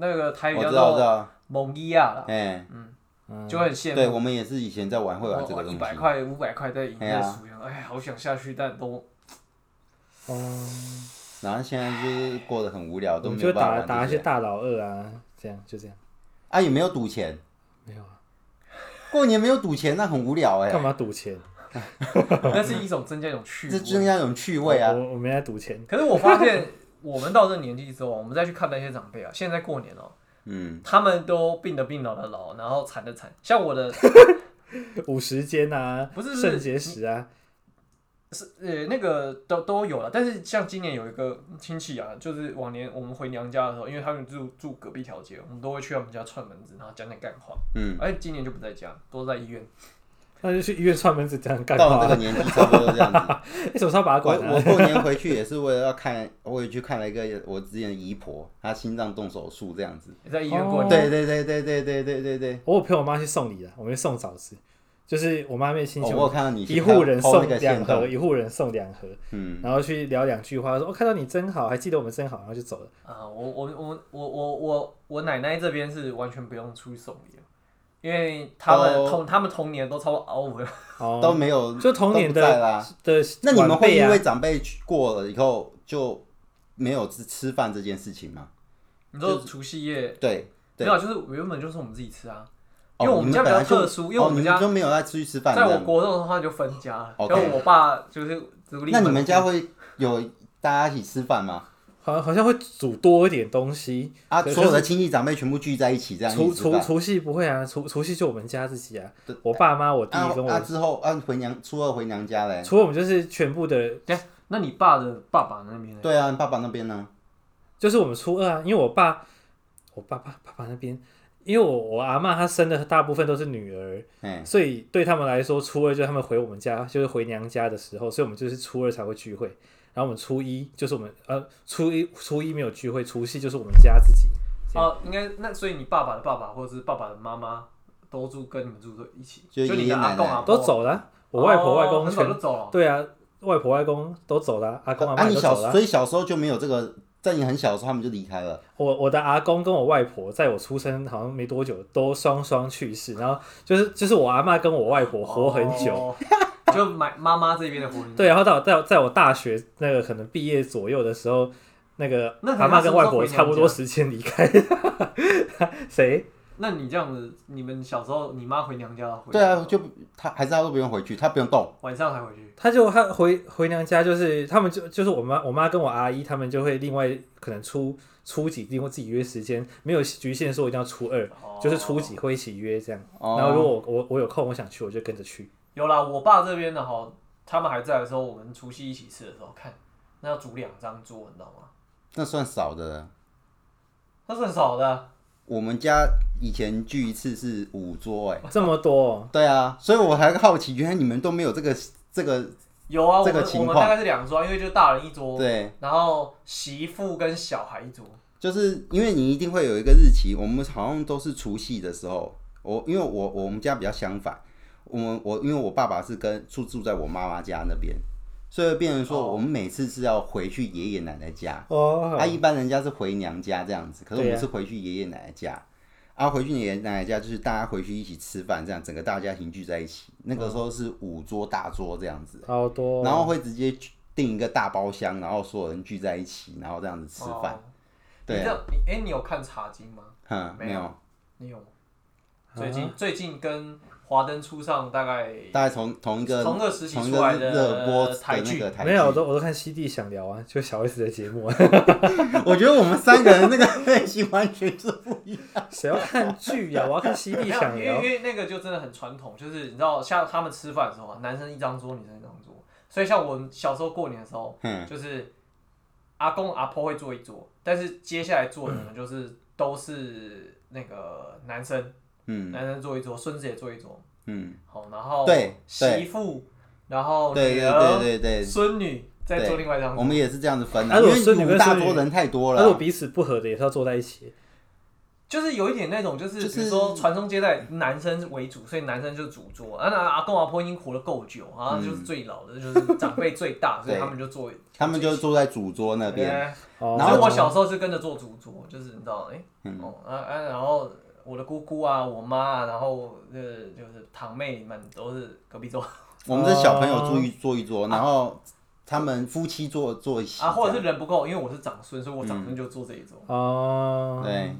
A: 那个台语
C: 嗯我
A: 叫
C: 知道我知
A: 做
C: 道，
A: 蒙伊亚啦，
C: 哎、
A: 嗯，就很羡慕。
C: 对，我们也是以前在玩
B: 哦
C: 会玩这个东
A: 一
C: 西。
A: 百块、五百块在营
C: 哎
A: 业
C: 呀
A: 数量，哎呀，好想下去，但都 <laughs>
B: 哦
C: 然后现在就是过得很无聊，
B: 我
C: 啊都
B: 们
C: 没
B: 就
C: 有办
B: 打
C: 法
B: 打
C: 玩
B: 一
C: 这
B: 些
C: 些。
B: 大老二啊，这样就这样，
C: 啊，也没有赌钱，
B: 没有啊，
C: 过年没有赌钱，那很无聊哎、
B: 干嘛赌钱？
A: 那是一种增加一种趣
C: 这
A: 味。
C: <laughs> 增加一种趣味啊。
B: 我我没在赌钱，
A: 可是我发现，我们到这个年纪之后，我们再去看那些长辈啊，现在过年哦、
C: 嗯，
A: 他们都病的病，老的老，然后惨的惨。像我的
B: 五十间啊，
A: 不是不是
B: 肾结石啊，
A: 是呃那个都都有了，但是像今年有一个亲戚啊，就是往年我们回娘家的时候，因为他们住住隔壁条街，我们都会去他们家串门子，然后讲讲干话。
C: 嗯，
A: 而且今年就不在家，都在医院。
B: 那就去医院串门子讲干
C: 到了
B: 话
C: 这个
B: 啊。
C: 年纪差不多这样子。
B: 你什么时候把它 <laughs> 管
C: 我
B: 啊？
C: 我过年回去也是为了要看，我也去看了一个我之前的姨婆，她心脏动手术这样子。
A: 也在医院过
B: 哦
A: 年，
C: 对对对对对对对对对。
B: 我有陪我妈去送礼啊，我们去送枣子，就是我妈被亲
C: 哦，
B: 戚
C: 我有看到你去
B: 一户人
C: po 那
B: 送
C: 个
B: 两
C: 线
B: 盒，
C: 动，
B: 一户人送两盒，
C: 嗯，
B: 然后去聊两句话，说哦看到你真好，还记得我们真好，然后就走了。
A: 啊，我我我我我我我奶奶这边是完全不用出去送礼的，因为他们
C: 哦
A: 同他们同年都超过啊 over，
C: 都
B: 哦，
C: 没有，
B: 就童年的
C: 都不在啦。
B: 的
C: 那你们
B: 晚辈
C: 会因
B: 啊
C: 为长辈去过了以后就没有吃吃饭这件事情吗？
A: <laughs> 你说除夕夜
C: 对，
A: 没
C: 对
A: 有，啊就是原本就是我们自己吃啊，
C: 哦
A: 因为我们
C: 你
A: 家比
C: 本
A: 较
C: 来就
A: 特殊，因为我
C: 哦你
A: 家
C: 就没有在出去吃饭这
A: 在
C: 样。
A: 我国中的话就分家了，然
C: 哦 OK
A: 后我爸就是独立。
C: 那你们家会有大家一起吃饭吗？
B: 好像好像会煮多一点东西
C: 啊，
B: 可是
C: 所有的亲戚长辈全部聚在一起这样一
B: 除
C: 起吃
B: 除
C: 饭。
B: 除夕不会啊，除除夕就我们家自己啊
C: 对，
B: 我爸妈、我弟
C: 啊
B: 跟我，
C: 啊之后啊回娘初二回娘家嘞。
B: 除了我们就是全部的，
A: 那你爸的爸爸那边呢？
C: 对啊，你爸爸那边呢？
B: 就是我们初二啊，因为我爸，我爸爸爸爸那边，因为我我阿嬷她生的大部分都是女儿，
C: 哎，
B: 所以对他们来说，初二就是他们回我们家，就是回娘家的时候，所以我们就是初二才会聚会，然后我们初一就是我们呃初一初一没有聚会，除夕就是我们家自己，这
A: 哦，应该那所以你爸爸的爸爸或者是爸爸的妈妈都住跟你们住在一起，
C: 就
A: 就
C: 爷
A: 你
C: 爷
A: 的阿
C: 奶
A: 公
C: 奶
A: 阿婆
B: 都，走了啊、我外婆
A: 哦
B: 外公
A: 很早
B: 全
A: 就走了。
B: 对啊，外婆外公都走了，阿公阿
C: 啊
B: 妈
C: 你
B: 都
C: 小
B: 走了。
C: 所以小时候就没有这个，在你很小的时候他们就离开了。
B: 我我的阿公跟我外婆在我出生好像没多久都双双去世，然后就是就是我阿妈跟我外婆活很久。
C: <laughs>
A: 哦，就买妈妈这边的婚姻。
B: 对，然后到在在我大学那个可能毕业左右的时候，那个
A: 那
B: 阿妈跟外婆
A: 他是不是
B: 差不多时间离开。 <laughs> 谁？
A: 那你这样子，你们小时候你妈回娘家
B: 哦
A: 回
C: 对啊，就他还是他都不用回去，他不用动。
A: 晚上才回去，
B: 他就他回回娘家，就是他们就就是我妈我妈跟我阿姨他们就会另外可能初初几定会自己约时间，没有局限说一定要初二，
A: 哦
B: 就是初几会一起约这样。
C: 哦
B: 然后如果我我我有空我想去我就跟着去。
A: 有啦，我爸这边的哈，他们还在的时候，我们除夕一起吃的时候，看那要煮两张桌，你知道吗？
C: 那算少的了。
A: 那是很少的啊。
C: 我们家以前聚一次是五桌哎、
B: 这么多哦、
C: 对啊，所以我还好奇，原来你们都没有这个这个
A: 有啊，我
C: 这
A: 们
C: 个情
A: 我们
C: 况
A: 大概是两桌，因为就大人一桌，
C: 对，
A: 然后媳妇跟小孩一桌。
C: 就是因为你一定会有一个日期，我们好像都是除夕的时候。我因为我我们家比较相反，我们我因为我爸爸是跟住住在我妈妈家那边，所以变成说
A: 哦
C: 我们每次是要回去爷爷奶奶家。
B: 哦，
C: 啊，一般人家是回娘家这样子，可是我
B: 对
C: 们
B: 啊
C: 是回去爷爷奶奶家。啊，回去爷爷奶奶家就是大家回去一起吃饭，这样整个大家庭聚在一起。那个时候是五桌大桌这样子，
B: 好多哦、
C: 然后会直接订一个大包厢，然后所有人聚在一起，然后这样子吃饭。
A: 哦
C: 对
A: 你
C: 啊
A: 这样你哎、你有看《茶经》吗？
C: 嗯，
A: 没
C: 没有，
A: 你有吗？最
C: 啊
A: 近、最近跟《华灯初上》大概
C: 大概从同一个
A: 同个时期
C: 同一
A: 出来
C: 个
A: 的
C: 热播的
A: 台
C: 那
A: 剧
C: 个台
B: 没有，我都我都看西地想聊啊，就小 S 的节目啊， <laughs>
C: 我觉得我们三个人那个类型完全是不一样。
B: 谁要看剧啊呀、我要看西地
A: 没有，
B: 想
A: 因为因
B: 聊。
A: 为那个就真的很传统，就是你知道，像他们吃饭的时候啊，男生一张桌，女生一张桌，所以像我们小时候过年的时候，
C: 嗯
A: 就是阿公阿婆会坐一桌，但是接下来坐的呢，就是都是那个男生，
C: 嗯
A: 男生坐一桌，孙子也坐一桌，
C: 嗯，
A: 好，然后
C: 对对
A: 媳妇，然后
C: 对
A: 女
C: 对对
A: 儿、
C: 对对，
A: 孙女再坐另外一张
C: 我
A: 桌，
C: 们也是这哦样子分的、
B: 啊如果
C: 因
B: 孙女
C: 为
B: 跟
C: 五大
B: 孙女
C: 桌人太多
B: 但是我
C: 了。啊
B: 彼此不合的也是要坐在一起，
A: 就是有一点那种，就是
C: 就是
A: 比如说传宗接代，男生为主，所以男生就是主桌，啊，那阿公阿婆已经活得够久，啊，
C: 嗯
A: 就是最老的，就是长辈最大，所以他们就坐，
C: 他们就坐在主桌那边，
A: 哎
B: 哦
C: 然
A: 所以
C: 后嗯
A: 我小时候是跟着做主桌，就是你知道，哎、哦，啊啊，然后我的姑姑啊，我妈啊，然后呃就是堂妹们都是隔壁桌啊
C: 我们是小朋友住一坐一桌，然后他们夫妻坐坐一起
A: 哦啊，或者是人不够，因为我是长孙，所以我长
C: 嗯
A: 孙就坐这一桌，
B: 哦，
C: 对，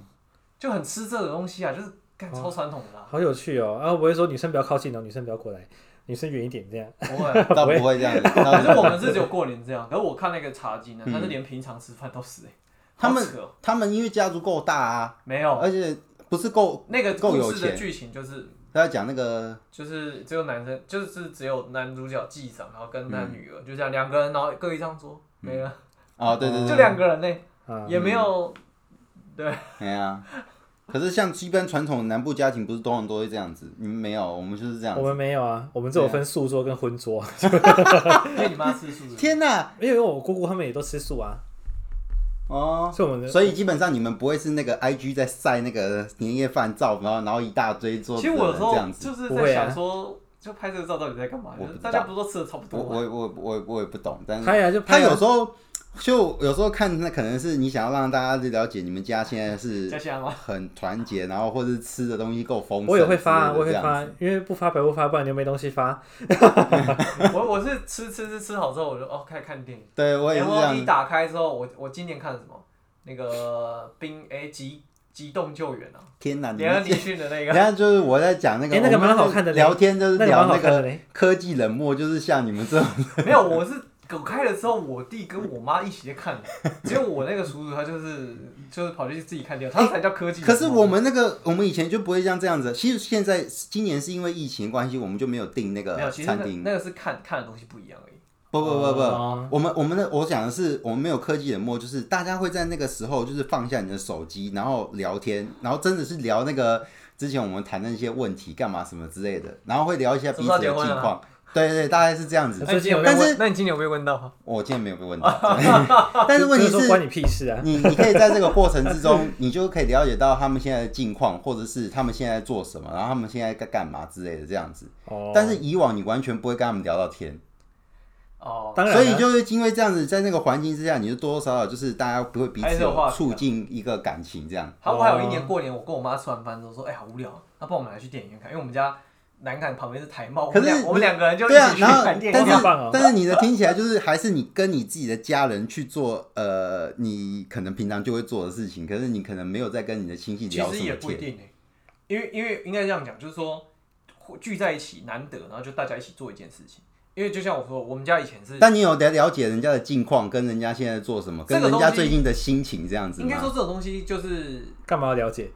A: 就很吃这个东西啊，就是
C: 哦
A: 干超传统
C: <laughs>
A: 的、啊，
B: 好有趣哦。啊，我不会说女生不要靠近哦，女生不要过来，女生远一点这样。
A: <laughs> 不会啊。
C: 倒不会这样子。 <laughs> 倒
A: <laughs> 可是我们是只有过年这样，可是我看那个茶几呢，它是连平常吃饭都是、欸，
C: 嗯他们
A: 好扯哦
C: 他们因为家族够大啊，
A: 没有
C: 而且不是够
A: 那个
C: 够
A: 故
C: 有
A: 事的
C: 钱，
A: 剧情就是
C: 他要讲那个
A: 就是只有男生，就是只有男主角继长，然后跟
C: 嗯
A: 他女儿、就这样两个人，然后各一张桌，没了，
C: 哦，对对对，嗯
A: 就两个人呢、
B: 啊，
A: 也没
C: <laughs>
A: 有
C: 哎呀、可是像一般传统的南部家庭，不是通常都会这样子？你们没有，我们就是这样
B: 我
C: 子。啊
B: 们没有啊，我们只有分素桌跟荤桌，
A: 因为你妈吃素的，
C: 天哪、
B: 因为我姑姑他们也都吃素啊，
C: 哦，
B: 所以我们的
C: 所以基本上你们不会是那个 IG 在晒那个年夜饭照，然后然后一大堆做
A: 其实我有时候
C: 这样子。
A: 就是
B: 不
A: 在
B: 会啊
A: 想说，就拍这个照到底在干嘛？
C: 我
A: 就
C: 不
A: 是
C: 知
A: 大家
C: 道
A: 不是都吃的差不
C: 我
A: 多吗？ <laughs>
C: 我我我我也不懂，但是
B: 拍啊呀就
C: 他
B: 拍呀
C: 有时候就有时候看那可能是你想要让大家了解你们家现在是
A: 家乡吗？
C: 很团结，然后或是吃的东西够丰盛之
B: 我
C: 类的这样子。
B: 也会发啊，我也会发，因为不发白不发，不然你又没东西发。
A: 我我是吃吃吃吃好之后，我就哦开始看电影。
C: 对，我也是
A: 然
C: 这
B: 哎
A: 后
C: 样
A: 一打开之后，我我今年看了什么？那
C: <laughs>
A: 个冰哎极极冻救援啊，
C: 天哪，你
A: 连恩
C: 们
A: 尼逊的那
C: 人 <laughs>
A: 个，
C: 家就是我在讲那个，
B: 哎那个
C: 我们
B: 蛮好看的嘞
C: 聊天就是
B: 那个
C: 聊
B: 蛮好
C: 那
B: 看的
C: 个
B: 嘞，
C: 科技冷漠，就是像你们
B: <laughs>
C: 这种，
A: 没有，我是我开了之后，我弟跟我妈一起在
C: <laughs>
A: 看的，只有我那个叔叔他就是就是跑去自己看掉，他才叫科技。
C: 可是我们那个我们以前就不会像这样子。其实现在今年是因为疫情关系，我们就没有订那
A: 没有，
C: 个
A: 其实那
C: 餐
A: 个
C: 厅。
A: 那个是看看的东西不一样而已。
C: 不不不不
B: 哦，
C: 我们我们的我讲的是我们没有科技冷漠，就是大家会在那个时候就是放下你的手机，然后聊天，然后真的是聊那个之前我们谈的一些问题干嘛什么之类的，然后会聊一下彼此
A: 什么时
C: 的近
A: 候结婚啊
C: 况。对对对，大概是这样子。
A: 那你今年有没
C: 但
A: 有
C: 呃是哦
A: 问？那你今年有没有问到？
C: 我今天没有被问
A: <laughs>
C: 到，但是问题
B: 就是说关你屁事啊！
C: 你你可以在这个过程之中，你就可以了解到他们现在的近况，或者是他们现在在做什么，然后他们现在在干嘛之类的这样子。
B: 哦，
C: 但是以往你完全不会跟他们聊到天，
A: 哦，
B: 当然啊，
C: <laughs> 所以就是因为这样子，在那个环境之下，你就多多少少就是大家不会彼
A: 还
C: 此
A: 是有话
C: 有
A: 题啊
C: 促进一个感情这样。
A: 好，我还有一
C: 哦
A: 年过年，我跟我妈吃完饭之后说，哎、好无聊，那不然我们来去电影院看，因为我们家南港旁边是台茂，
C: 可
A: 我
C: 是
A: 们两我们两个人就一
C: 对啊
A: 起，去
C: 然后
A: 看电影
C: 但
B: 好
A: 院。
C: 是
B: 棒哦
C: 但是你的听起来就是还是你跟你自己的家人去做呃你可能平常就会做的事情，可是你可能没有在跟你的亲戚
A: 其
C: 聊
A: 实
C: 什
A: 也
C: 么
A: 不一
C: 天。
A: 定呢、欸因为因为应该这样讲，就是说聚在一起难得，然后就大家一起做一件事情。因为就像我说，我们家以前是
C: 但你有了了解人家的近况，跟人家现在做什么，跟
A: 这个
C: 人
A: 东
C: 家
A: 西
C: 最近的心情这样子吗？
A: 应该说这种东西就是
B: 干嘛要了解？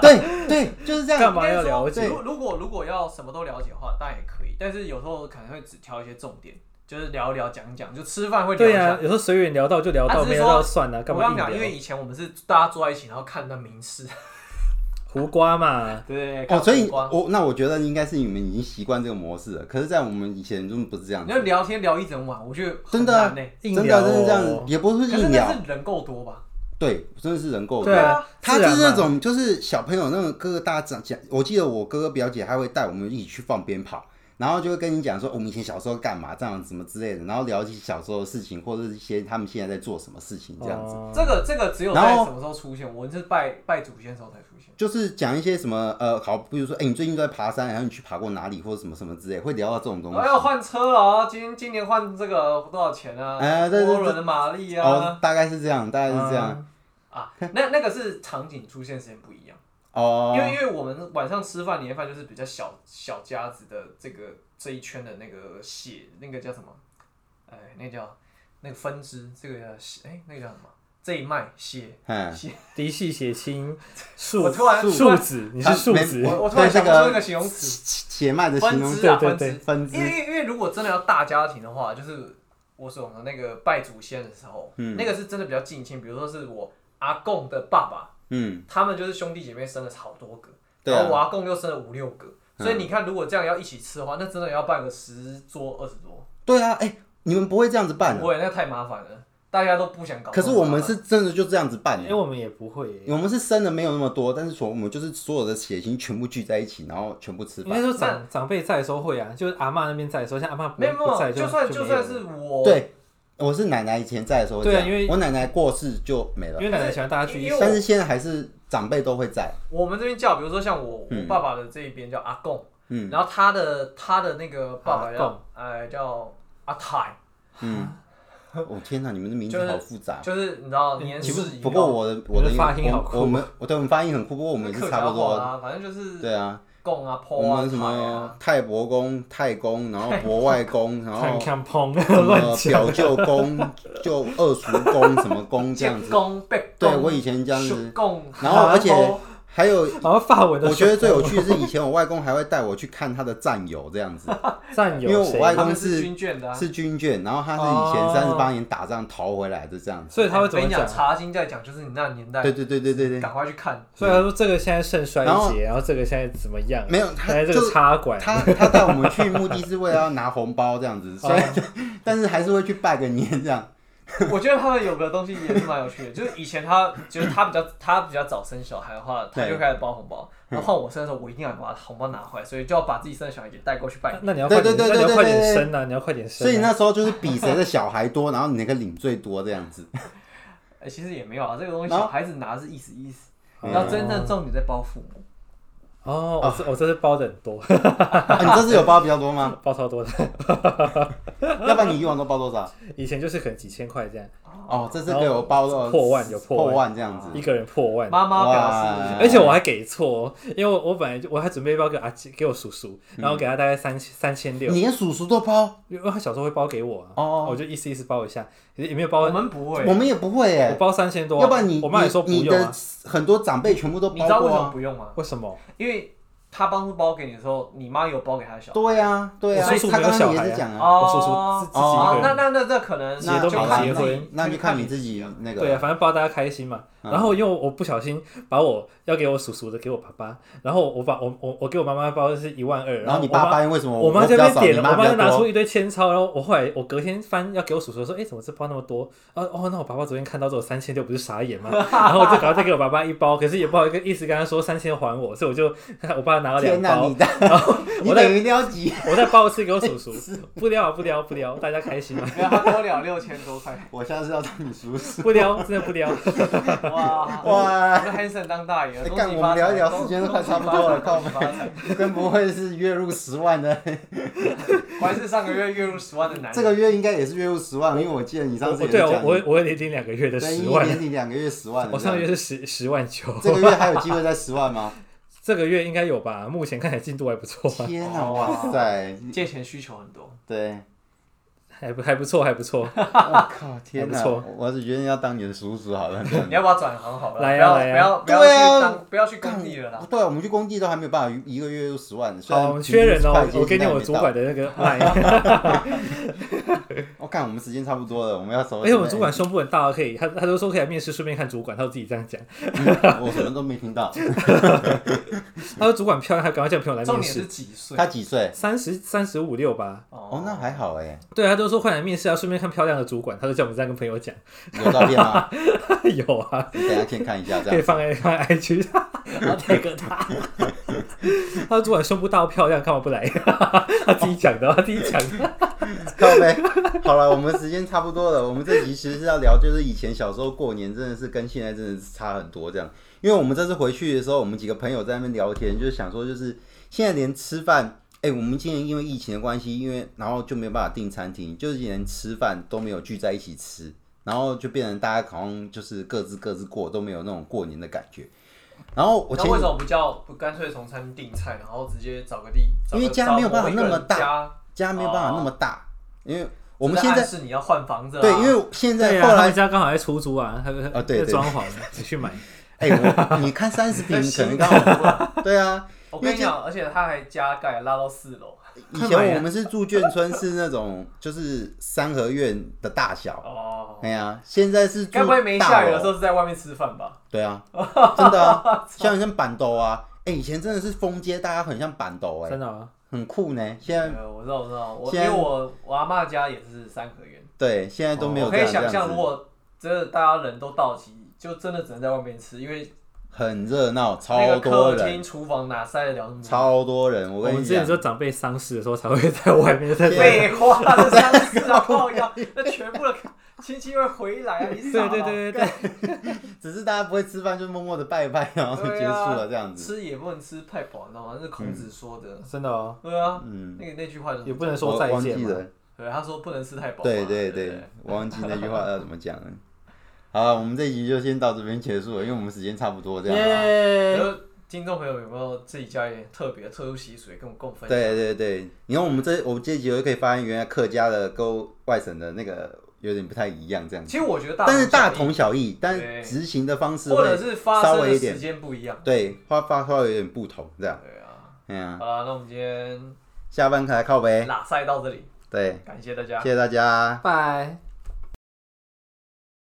C: 对对，就是这
B: 干
C: 样。
B: 嘛要了
A: 应该
B: 解
A: 说？如如果如果要什么都了解的话，当然也可以，但是有时候可能会只挑一些重点，就是聊一聊讲一讲，就吃饭会聊
B: 对
A: 一下
C: 啊
B: 呀，，有时候随缘聊到就聊
A: 他
B: 到，
A: 只是
B: 没聊到
A: 说
B: 算啊了，干
A: 我
B: 嘛
A: 刚
B: 硬
A: 讲，因为
B: 聊？
A: 以前我们是大家坐在一起，然后看那名师，
B: 胡瓜嘛，
A: <laughs> 对
C: 哦，所以
A: 光
C: 我那我觉得应该是你们已经习惯这个模式了。可是，在我们以前真的不是这样
A: 你要，
C: 子
A: 聊天聊一整晚，我觉得
C: 真
A: 很
C: 的啊
A: 难呢。欸
B: 硬
C: 真的
B: 聊
C: 真的这样子
B: 哦，
C: 也不是
A: 可是那
C: 硬聊，
A: 是人够多吧？
C: 对，真的是人够
B: 对
C: 多。
B: 啊，
C: 他
B: 自
C: 就
B: 然
C: 是那
B: 嘛
C: 种，就是小朋友那种哥哥大家讲，我记得我哥哥表姐还会带我们一起去放鞭炮，然后就会跟你讲说我们以前小时候干嘛这样什么之类的，然后聊起小时候的事情，或者是一些他们现在在做什么事情这样子。
B: 哦
A: 这个这个只有在
C: 然后
A: 什么时候出现？我是拜拜祖先的时候才出现。
C: 就是讲一些什么呃，好，比如说，哎、你最近都在爬山，然后你去爬过哪里，或者什么什么之类，会聊到这种东西。
A: 哦，要换车了哦，今今年换这个多少钱啊？
C: 哎对对对
A: 涡轮的马力啊
C: 哦，大概是这样，大概是这样。
A: 啊， <laughs> 那那个是场景出现时间不一样，
C: 哦
A: 因，为因为我们晚上吃饭年夜饭就是比较小小家子的这个这一圈的那个血，那个叫什么？哎，那叫那个分支，这个叫血哎，那个叫什么？这一脉血
C: 嗯，
B: 嫡系血
A: <laughs>
B: 亲，树
A: 我突然突
B: 树
A: 然
B: 子，你是树子
C: 没
A: 我我突然想不出那个形容词，
C: 血脉的形
A: 分
C: 容
A: 支啊，
B: 对
A: 分
B: 对对
A: 支。
C: 分
A: 因为
C: 支，
A: 因为因为如果真的要大家庭的话，就是我所讲的那个拜祖先的时候，
C: 嗯
A: 那个是真的比较近亲，比如说是我阿公的爸爸，
C: 嗯，
A: 他们就是兄弟姐妹生了好多个，
C: 对
A: 然后我
C: 啊，嗯
A: 阿公又生了五六个，所以你看，如果这样要一起吃的话，那真的要办个十桌二十桌，
C: 对啊，哎、你们不会这样子办的，
A: 不会，那太麻烦了，大家都不想搞。
C: 嗯可是我们，是真的就这样子办
B: 因为
C: 的。
B: 哎我们也不会耶，
C: 我们是生的没有那么多，但是所我们就是所有的血型全部聚在一起，然后全部吃
B: 应该
C: 饭。
B: 说长长辈在的时候会啊，就是阿嬷那边在的时候，像阿嬷不
A: 没有没
B: 不在
A: 有，
B: 就
A: 就算
B: 就
A: 就
B: 没有
A: 算是我，
C: 对，我是奶奶以前在的时候会这样，
B: 对啊因为
C: 我奶奶过世就没了
B: 因，为奶奶喜欢大家聚一
A: 因
B: 起
A: 为，
C: 但是现在还是长辈都会在，
A: 我们这边叫，比如说像我我爸爸的这一边叫阿贡，
C: 嗯
A: 然后他的他的那个爸爸
B: 阿
A: 叫呃叫阿泰，
C: 嗯。我、天哪，你们的名字
A: 就是
C: 好复杂。
A: 就是你知道年
B: 岂
A: 事
B: 不
A: 已
C: 啊不
A: 高
C: 过我的我的
B: 你的发音
C: 我
B: 好酷
C: 我们我对我们发音很酷，不过我们也是
A: 客
C: 差
A: 家
B: 啊
C: 不
A: 话
C: 多。
A: 啦，反正就是
C: 对啊，
A: 贡啊、
C: 我
A: 坡啊、
C: 们什
A: 泰啊，
C: 么泰伯公、泰公，然后伯外
B: <laughs>
C: 公，然
B: 看
C: 后
B: 看碰 <laughs>
C: 什
B: 乱
C: 么
B: 讲，
C: 表舅公、舅二叔公什么公这样
A: 建
C: 子。
A: 功被
C: 对我以前这样子，
A: 贡，<laughs>
C: 然后而且
A: 然后
C: 还有
B: 好像法文的。
C: 我觉得最有趣的是以前我外公还会带我去看他的战友这
B: <laughs>
C: 样子，
B: 战
C: 因为
B: 友
C: 我外
A: 他
B: 谁？
C: 公
A: 们
C: 是
A: 是军眷的啊，
C: 是军眷，然后他是以前
B: 哦
C: 三十八年打仗逃回来的这样子。
B: 所以他会怎
A: 跟
B: 么
A: 你
B: 讲啊
A: 讲？查经在讲，就是你那个年代，
C: 对对对对对对，
A: 赶快去看，
B: 所以他说这个现在肾衰
C: 嗯然后
B: 竭，然后这个现在怎么样？
C: 没有
B: 现
C: 他
B: 在这
C: 就
B: 个插管，
C: 他他带我们去目的是为了要拿红包这
B: <laughs>
C: 样子，
B: 哦
C: 所以但是还是会去拜个年这样。
A: <laughs> 我觉得他们有个东西也是蛮有趣的，就是以前他就是他比较他比较早生小孩的话，他就
C: 对
A: 开始包红包。然后换我生的时候，我一定要把红包拿回来，所以就要把自己生的小孩也带过去拜年。
B: 那那你要快点，
C: 对对
B: 那
C: 对
B: 你要
C: 对
B: 快
C: 对
B: 点
C: 对
B: 生啊！你要快点生啊。
C: 所以那时候就是比谁的小孩多，然后你那个领最多这样
B: <laughs>
C: 子。
A: 哎，其实也没有啊，这个东西
C: 然后
A: 小孩子拿是意思意思，
B: 嗯
A: 然后真正重点在包父母。
B: 哦，我这我这次包的很多， <laughs>
C: 啊你这次有包比较多吗？
B: 包超多的。
C: 要不然你以往都包多少？
B: 以前就是可能几千块这样，
C: 哦，这次给我包到
B: 破万有破
C: 破
B: 万
C: 万这样子。
B: 一个人破万。
C: 啊
A: 妈妈表
C: 哇
A: 示，
B: 而且我还给错哦，因为我我本来就我还准备包给阿姐，给我叔叔，然后给他大概三三千六，
C: 嗯你连叔叔都包，
B: 因为他小时候会包给我啊，
C: 哦
B: 我就意思意思包一下，也也没有包，
A: 我
B: 嗯我
A: 们不会，
C: 我们也不会耶。
B: 包三千多啊，
C: 要不然你
B: 我妈也说不
C: 你你
B: 用
C: 的
B: 啊，
C: 很多长辈全部都
A: 你知道
C: 包
A: 为什
C: 过
A: 么
C: 啊。
A: 不用吗？
B: 为什么？
A: 因为他帮初包给你的时候，你妈有包给他的小孩。
C: 对啊，对啊
B: 我叔叔，
C: 他
B: 没有
C: 刚刚
B: 小孩
C: 也
B: 啊
C: 是讲啊。
B: 我叔叔自自己一个
A: 哦
B: 人
A: 那那那这可能
B: 结
C: 那
B: 都
A: 就
B: 没
A: 看
B: 结
A: 你自己
B: 婚
C: 那就 <laughs> 看你自己那个。
B: 对啊，反正包大家开心嘛。
C: 嗯
B: 然后因为我不小心把我要给我叔叔的给我爸爸，然后我把我我我给我妈妈包的是一万二，
C: 然后你
B: 我妈
C: 爸发现为什么
B: 我
C: 妈
B: 妈这边点了，我
C: 妈
B: 妈就
C: 比较
B: 拿出
C: 多？
B: 一堆千钞，然后我后来我隔天翻要给我叔叔说，哎、怎么这包那么多？啊哦，那我爸爸昨天看到这有三千六，不是傻
C: <laughs>
B: 眼吗？然后我就赶快再给我爸爸一包，可是也不好意思跟他说三千还我，所以我就我爸拿了两
C: 天哪，
B: <laughs> 包
C: 你，的
B: 然后
C: <laughs> 你
B: 我再
C: 等于撩急。
B: 我再包一次给我叔
C: <laughs>
B: 叔，不撩啊不撩不撩，大家开心啊，
A: 没有他多了六千多块，
C: 我下次要当你叔叔。
B: 不撩真的不撩，
A: 哇
C: 哇
A: 我们 Hanson 当大爷了，
C: 哎干
A: 恭喜
C: 我
A: 发财
C: 们聊一聊
A: 恭
C: 时间都快差不多了
A: 恭喜发财恭喜发财
C: 更不会是月入十
B: <laughs>
C: 万的，
A: 果然是上个月月入十万的男人。
C: 这个月应该也是月入十万，因为我记得你上次
B: 我
C: 也是
B: 对啊
C: 讲，
B: 我我我也领两个月的
C: 对
B: 十
C: 一
B: 万，
C: 年你两个月十万的
B: 我
C: 这
B: 上
C: 样，
B: 个月是十十万九，
C: 这个月还有机会在十万吗？
B: <laughs> 这个月应该有吧？目前看起来进度还不错 <laughs> 啊，
C: 天哪，哇塞，
A: 借钱需求很多，
C: 对，
B: 还不还不错还不错，
C: 我靠，天
B: 还
C: 哪，
B: 不错
C: 我是决定要当你的叔叔好
B: <laughs>
C: 了。真
A: 你
C: 的
A: 要不要转行好了？
B: 来
A: 不
B: 呀
A: 要
B: 来呀
A: 不要不要
C: 对啊
A: 去当不要去工地了啦。
C: 对啊，我们去工地都还没有办法一个月入十万，虽然
B: 好，我们缺人哦
C: 平，均
B: 我给你
C: 快接
B: 我
C: 近
B: 主
C: 但还没
B: 管的那个 line。
C: <laughs> 到。我看我们时间差不多了，我们要走。
B: 哎而且我们主管胸部很大，可以，他他都说可以来面试，顺便看主管，他都自己这样讲。
C: <laughs> 嗯，我什么都没
B: <laughs>
C: 听到。
B: 他说主管漂亮，他赶快叫朋友来
A: 重
B: 面
A: 点
B: 试
A: 是。几岁？
C: 他几岁？
B: 三十三十五六吧，
C: 哦，那还好
B: <laughs>
C: 哎，
B: 对，他都说快来面试啊，顺便看漂亮的主管，他就叫我们这样跟朋友讲。 <laughs>
C: 有照片吗？
B: 有啊，
C: 你等一下先看一下，这
B: 可以
C: 样。
B: 放在
C: <laughs>
B: 放在 IG，然后贴给他。他说主管胸部大又漂亮，干嘛不来？他自己讲的，他自己讲的。
C: <laughs> 靠呗。好了，我们时间差不多了。我们这集其实是要聊，就是以前小时候过年真的是跟现在真的是差很多这样。因为我们这次回去的时候，我们几个朋友在那边聊天，就是想说，就是现在连吃饭，哎、我们今年因为疫情的关系，因为然后就没有办法订餐厅，就是连吃饭都没有聚在一起吃，然后就变成大家好像就是各自各自过，都没有那种过年的感觉。然后我
A: 那
C: 前
A: 为什么不叫不干脆从餐厅订菜，然后直接找个地？找个
C: 因为家没有办法那么大
A: 找某一个人家
C: 家没有办法那么大，因为我们现在
A: 哦是你要换房子啦，啊
C: 对，因为现
B: 对
C: 在
B: 啊，
C: 后
B: 他
C: 来
B: 们家刚好在出租啊，他他
C: 啊对
B: 在
C: 对
B: 装潢，你去
C: <laughs>
B: 买。
C: 哎、我你看三
A: <laughs>
C: 十
A: 在
C: 平可
A: 新
C: 能
A: 高
C: 刚
A: 不
C: 好，
A: 会
C: <laughs>
A: <laughs>
C: 对啊，
A: 我跟你讲，而且他还加盖拉到四楼
C: 以
B: 快买
C: 前
B: 啊
C: 我们是住眷村，是那种就是三合院的大小，
A: 哦。
C: 哎呀、现在是住
A: 该不会没下雨的时
C: 大楼
A: 候是在外面吃饭吧？
C: 对
A: <laughs>
C: 啊，真的啊，像像板豆啊，哎、以前真的是封街，大家很像板豆哎、
B: 真的啊，
C: 很酷呢。现在
A: 呃，我知道，我知道，我因
C: 现在
A: 为我我阿妈家也是三合院，
C: 对，现在都没有
A: 我
C: 这
A: 哦可以
C: 样这
A: 想象，
C: 样
A: 如
C: 子，
A: 果真的大家人都到齐，就真的只能在外面吃，因为
C: 很热闹，
A: 那
C: 超
A: 个
C: 多
A: 客
C: 人，
A: 厅、厨房哪塞得了那么多？
C: 超多人。我
B: 我
C: 跟
B: 们
C: 你
B: 之前
C: 讲，
B: 说长辈
A: <laughs>
B: 丧事的时候才会在外面在
C: 对
A: 废话，这三四啊，靠呀，那全部的亲戚会回来啊，你
B: 对
A: 傻
B: 对
A: 吧
B: 对对对，
C: 只是大家不会吃饭，就默默的拜一拜，然后就
A: 对啊啊
C: 结束了这样子。
A: 吃也不能吃太饱，你知道吗？那是孔子说的。
B: 真的哦，
A: 对啊，
C: 嗯，
A: 那个那句话就是
B: 也不能
C: 我
B: 说再
C: 忘
B: 见
C: 记
B: 嘛。
C: 了，
A: 对，他说不能吃太饱嘛。
C: 对对
A: 对
C: 对，我忘记那句话要怎么讲了。好了，我们这一集就先到这边结束了，因为我们时间差不多这样了。
A: 对。
B: 耶！
A: 然后听众朋友有没有自己家里特别特殊习俗，也跟我们共分享？
C: 对对对，你看我们这我们这一集就可以发现，原来客家的跟外省的那个有点不太一样，这样。
A: 其实我觉得大，
C: 但是大，同小异，但
A: 对
C: 执行的方式
A: 或者
C: 会
A: 是发
C: 稍
A: 生
C: 微
A: 的
C: 一点
A: 时间不一样。
C: 对发发稍微有点不同这样。
A: 对啊，
C: 哎呀，
A: 好了，那我们今天
C: 下班开靠呗。
A: 拉塞到这里，
C: 对，
A: 感谢大家。
C: 谢谢大家。
B: 拜。